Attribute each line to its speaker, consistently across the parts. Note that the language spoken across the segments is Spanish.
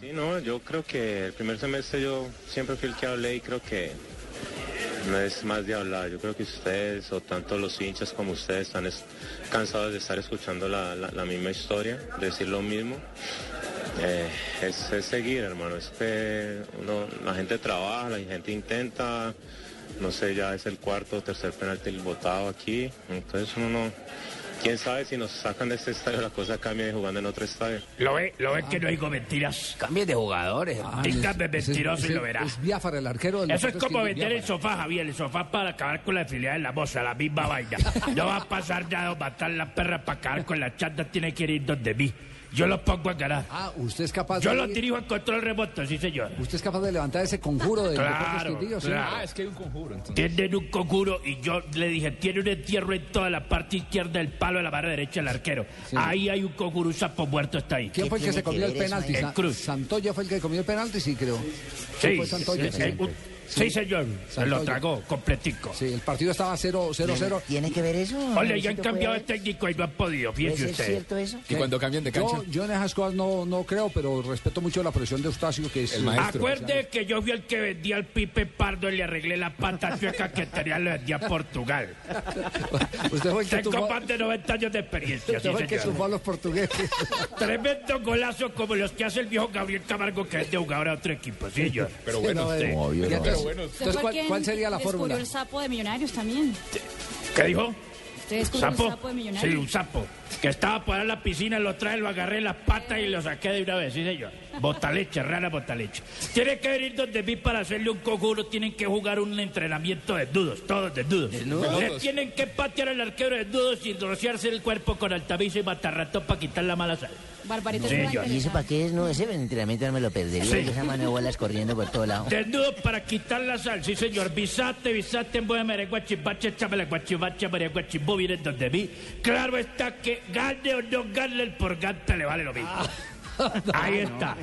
Speaker 1: Sí, no, yo creo que el primer semestre yo siempre fui el que hablé y creo que no es más de hablar. Yo creo que ustedes, o tanto los hinchas como ustedes, están es- cansados de estar escuchando la, la- la misma historia, decir lo mismo. Eh, es, es seguir, hermano. Es que uno, la gente trabaja, la gente intenta. No sé, ya es el cuarto o tercer penalti votado aquí. Entonces uno no... ¿Quién sabe si nos sacan de este estadio la cosa cambia y jugando en otro estadio?
Speaker 2: Lo ve, lo ve que no digo mentiras.
Speaker 3: Cambies de jugadores.
Speaker 2: Ah, Dígame mentiroso y lo verá.
Speaker 4: Es Biafara, el arquero del
Speaker 2: Eso es
Speaker 4: Deportes
Speaker 2: como
Speaker 4: Quindío,
Speaker 2: vender el
Speaker 4: Biafara.
Speaker 2: sofá, Javier, el sofá para acabar con la filia de la moza, la misma vaina. No va a pasar nada, matar la perra para acabar con la chanda, tiene que ir donde mí. Yo lo pongo a ganar.
Speaker 4: Ah, usted es capaz
Speaker 2: Yo
Speaker 4: de...
Speaker 2: lo dirijo a control remoto, sí señor.
Speaker 4: Usted es capaz de levantar ese conjuro del Deportes
Speaker 2: Claro,
Speaker 4: Quindío, ¿sí? Ah,
Speaker 2: claro.
Speaker 5: Ah, es que hay un conjuro, entonces.
Speaker 2: Tienen un conjuro y yo le dije, tiene un entierro en toda la parte izquierda del palo de la mano derecha del arquero. Ahí hay un conjuro, un sapo muerto está ahí.
Speaker 4: ¿Quién fue el que
Speaker 3: tiene
Speaker 4: se
Speaker 3: que
Speaker 4: comió el
Speaker 3: ver eso
Speaker 4: penalti?
Speaker 2: ahí?
Speaker 4: Sa-
Speaker 2: El Cruz.
Speaker 4: Santoya fue el que comió el penalti, sí, creo.
Speaker 2: Sí,
Speaker 4: fue Santoya,
Speaker 2: sí,
Speaker 4: sí.
Speaker 2: un- sí, señor, se lo
Speaker 4: Santoya.
Speaker 2: tragó completico.
Speaker 4: Sí, el partido estaba 0-0.
Speaker 3: ¿Tiene que ver eso?
Speaker 2: Oye, ya han
Speaker 3: Maxito,
Speaker 2: cambiado de
Speaker 3: puede haber?
Speaker 2: técnico y no han podido,
Speaker 3: ¿Puede
Speaker 2: fíjese
Speaker 3: ser
Speaker 2: usted.
Speaker 3: cierto eso?
Speaker 5: Y cuando cambian de cancha.
Speaker 4: Yo, yo en esas cosas no, no creo, pero respeto mucho la profesión de Eustacio, que es
Speaker 5: El maestro.
Speaker 2: Acuerde que yo fui el que vendía al Pipe Pardo y le arreglé la pata chueca que tenía, lo vendía a Portugal.
Speaker 4: Usted Este fue el que
Speaker 2: Tengo
Speaker 4: tumbó,
Speaker 2: más de 90 años de experiencia,
Speaker 4: usted
Speaker 2: sí,
Speaker 4: fue el que
Speaker 2: señor.
Speaker 4: tumbó a los portugueses.
Speaker 2: Tremendo golazo como los que hace el viejo Gabriel Camargo, que es de jugador a otro equipo, sí, señor.
Speaker 5: Pero bueno,
Speaker 4: Sí, no,
Speaker 5: usted.
Speaker 4: y entonces, entonces,
Speaker 6: Usted fue
Speaker 4: ¿cuál,
Speaker 6: quien
Speaker 4: cuál sería la
Speaker 6: descubrió
Speaker 4: fórmula?
Speaker 6: el sapo de Millonarios también.
Speaker 2: ¿Qué dijo?
Speaker 6: Usted descubrió el
Speaker 2: ¿Sapo?
Speaker 6: sapo de
Speaker 2: Sí,
Speaker 6: Millonarios.
Speaker 2: un sapo. Que estaba para la piscina, lo traje, lo agarré en las patas y lo saqué de una vez, sí, señor. Botaleche, rana botaleche. Tiene que venir donde vi para hacerle un conjuro, tienen que jugar un entrenamiento desnudos, todos desnudos. Le tienen que patear al arquero desnudos y rociarse el cuerpo con altavisa y matarrato para quitar la mala sal.
Speaker 6: Barbarita
Speaker 2: Sí,
Speaker 6: es una
Speaker 2: yo-
Speaker 3: ¿Y eso
Speaker 6: interesada.
Speaker 3: para qué es? No, ese entrenamiento no me lo perdería.
Speaker 2: Sí.
Speaker 3: Esa mano de bolas corriendo por todo lado.
Speaker 2: Desnudo para quitar la sal, sí señor. Bisate, bisate, muéveme, guachibache, échame la guachibache, maría guachibú, viene donde vi. Claro está que gane o no gane el porgante, le vale lo mismo.
Speaker 4: Ah,
Speaker 2: Ahí está.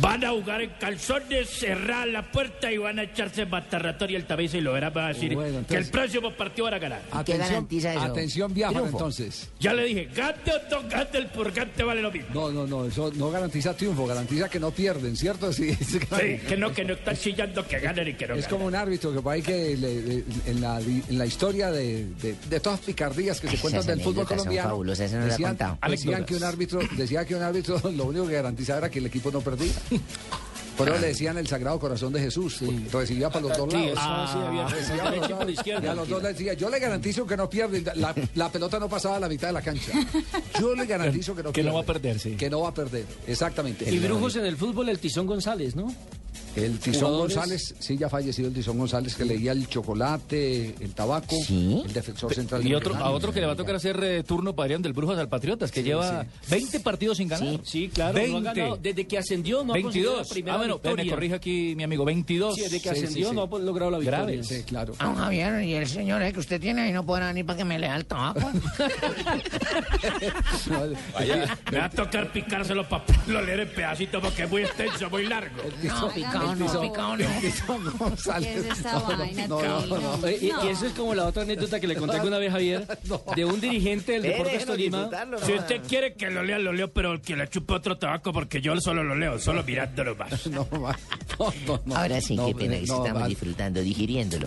Speaker 2: Van a jugar en calzones, cerrar la puerta y van a echarse en matarratón y el tabiza y lo verán, van a decir
Speaker 4: Bueno, entonces-
Speaker 2: que el próximo partido van a ganar.
Speaker 4: Atención,
Speaker 3: garantiza eso?
Speaker 4: atención Biafra,
Speaker 3: Triunfo.
Speaker 4: entonces.
Speaker 2: Ya le dije, gane o no gane el purgante, vale lo mismo.
Speaker 4: No, no, no, eso no garantiza triunfo, garantiza que no pierden, ¿cierto? Sí, es,
Speaker 2: Sí, que no, que no están chillando que ganen y que no
Speaker 4: es
Speaker 2: ganen.
Speaker 4: como un árbitro que por ahí que le- le- en, la, en la historia de, de- de todas las picardías que se
Speaker 3: Esas
Speaker 4: cuentan del fútbol
Speaker 3: anécdotas son
Speaker 4: colombiano.
Speaker 3: fabulosas, esa no la he
Speaker 4: decían,
Speaker 3: contado.
Speaker 4: decían
Speaker 2: Anécdotas.
Speaker 4: que un árbitro, decía que un árbitro lo único que garantizaba era que el equipo no perdía. Por eso le decían el Sagrado Corazón de Jesús, recibía para los dos lados. Y a los dos- y a los dos les decía, yo le garantizo que no pierde. La, la pelota no pasaba a la mitad de la cancha. Yo le garantizo que no
Speaker 7: Que
Speaker 4: pierde.
Speaker 7: no va a perder, sí.
Speaker 4: Que no va a perder, exactamente.
Speaker 8: Y brujos en el fútbol, el Tizón González, ¿no?
Speaker 4: El Tizón
Speaker 8: jugadores.
Speaker 4: González, sí, ya fallecido el Tizón González, que leía el chocolate, el tabaco,
Speaker 3: Sí.
Speaker 4: el defensor central.
Speaker 7: Y
Speaker 4: de
Speaker 7: otro, a
Speaker 4: Millonarios.
Speaker 7: otro que le va a tocar hacer eh, turno Adrián del Brujas al Patriotas, que lleva 20 partidos sin ganar.
Speaker 8: Sí, claro. No ha
Speaker 7: 20.
Speaker 8: ganado. Desde que ascendió no ha conseguido
Speaker 7: 22.
Speaker 8: la primera
Speaker 7: ah, bueno,
Speaker 8: victoria.
Speaker 7: me corrige aquí mi amigo. 22.
Speaker 8: Sí, desde que
Speaker 4: Sí, sí,
Speaker 8: ascendió
Speaker 4: sí.
Speaker 8: no ha logrado la victoria.
Speaker 7: Graves.
Speaker 4: Sí, claro.
Speaker 3: Ah, Javier, y el señor eh, que usted tiene ahí no podrá venir para que me lea el tabaco.
Speaker 4: No, el-
Speaker 2: Me va a tocar picárselo para lo leer en pedacitos porque es muy extenso, muy largo.
Speaker 3: No, picado no, picado no.
Speaker 4: Tizón
Speaker 6: ¿Qué
Speaker 4: González.
Speaker 6: es esta vaina?
Speaker 4: no, no,
Speaker 6: Tino?
Speaker 4: no.
Speaker 8: Eh, Y, y eso es como la otra anécdota que le conté alguna vez, Javier, de un dirigente
Speaker 3: Eh,
Speaker 8: del Deportes Tolima.
Speaker 2: Si usted quiere que lo lea, lo leo, pero que le chupe otro tabaco porque yo solo lo leo, solo mirándolo más.
Speaker 4: No, va- no, no, no.
Speaker 3: Ahora sí,
Speaker 4: No,
Speaker 3: qué pena, que
Speaker 4: no,
Speaker 3: estamos
Speaker 4: va-
Speaker 3: disfrutando, digiriéndolo.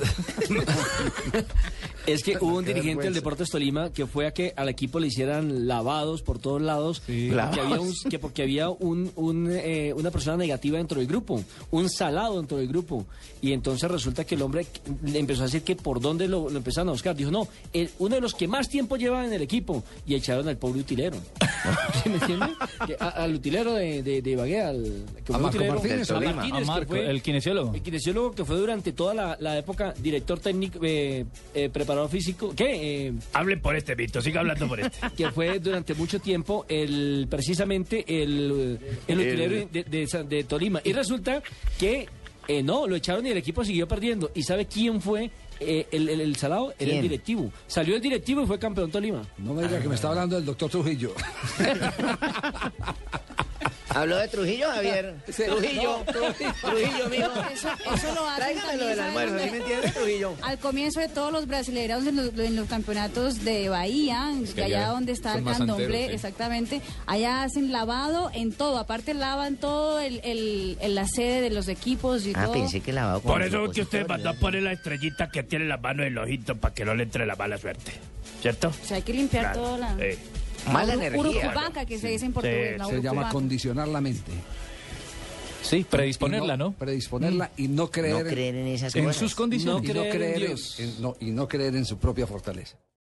Speaker 8: Es que hubo un dirigente del
Speaker 4: vergüenza.
Speaker 8: Deportes Tolima que fue a que al equipo le hicieran lavados por todos lados, porque, había un, que porque había un, un, eh, una persona negativa dentro del grupo, un salado dentro del grupo. Y entonces resulta que el hombre le empezó a decir que por dónde lo, lo empezaron a buscar. Dijo, no, el- uno de los que más tiempo lleva en el equipo. Y echaron al pobre utilero. ¿Sí me entiende? Que a- al utilero de, de, de Ibagué, al... que
Speaker 4: A
Speaker 8: fue
Speaker 4: Marco
Speaker 8: utilero-
Speaker 4: Martínez,
Speaker 8: a
Speaker 4: Tolima.
Speaker 8: Martínez,
Speaker 7: A
Speaker 8: que
Speaker 7: Marco,
Speaker 8: fue-
Speaker 7: el kinesiólogo.
Speaker 8: el kinesiólogo que fue durante toda la, la época director técnico, eh, eh, preparador físico, que, eh,
Speaker 2: Hable por este, Vito, siga hablando por este.
Speaker 8: que fue durante mucho tiempo el precisamente el, el utilero de, de Sa- de Tolima. Y resulta que eh, no, lo echaron y el equipo siguió perdiendo. ¿Y sabe quién fue eh, el, el- el salado? Era el
Speaker 3: ¿Quién?
Speaker 8: directivo. Salió el directivo y fue campeón Tolima.
Speaker 4: No me diga que me está hablando del doctor Trujillo.
Speaker 3: Habló de Trujillo, Javier.
Speaker 4: Sí.
Speaker 3: Trujillo. Trujillo, mijo.
Speaker 6: Eso, eso lo hacen
Speaker 3: Tráigamelo
Speaker 6: también,
Speaker 3: del
Speaker 6: ¿sabe
Speaker 3: almuerzo,
Speaker 6: dónde?
Speaker 3: ¿sí me entiendes, Trujillo?
Speaker 6: Al comienzo de todos los brasileños en los, en los campeonatos de Bahía,
Speaker 5: que
Speaker 6: allá
Speaker 5: allá
Speaker 6: donde está
Speaker 5: son
Speaker 6: el
Speaker 5: más santeros,
Speaker 6: candomblé,
Speaker 5: sí.
Speaker 6: exactamente, allá hacen lavado en todo, aparte lavan todo el, el- el- la sede de los equipos y
Speaker 3: Ah,
Speaker 6: todo.
Speaker 3: pensé que lavado con
Speaker 2: Por eso es que
Speaker 3: supositorio.
Speaker 2: usted mandó a poner la estrellita que tiene en la mano del ojito para que no le entre la mala suerte. ¿Cierto?
Speaker 6: O sea, hay que limpiar
Speaker 2: Claro, Eh,
Speaker 6: todo la...
Speaker 2: sí.
Speaker 3: Mala
Speaker 6: Uru-
Speaker 3: energía.
Speaker 6: Urucubaca, que se dice en portugués. la
Speaker 4: Se llama
Speaker 6: urucubaca.
Speaker 4: condicionar la mente.
Speaker 7: Sí, predisponerla,
Speaker 4: Y
Speaker 7: ¿no?
Speaker 4: Predisponerla y no creer,
Speaker 3: No creer en esas
Speaker 7: En
Speaker 3: cosas.
Speaker 7: sus condiciones.
Speaker 4: y no creer en- en- no, y no creer en su propia fortaleza.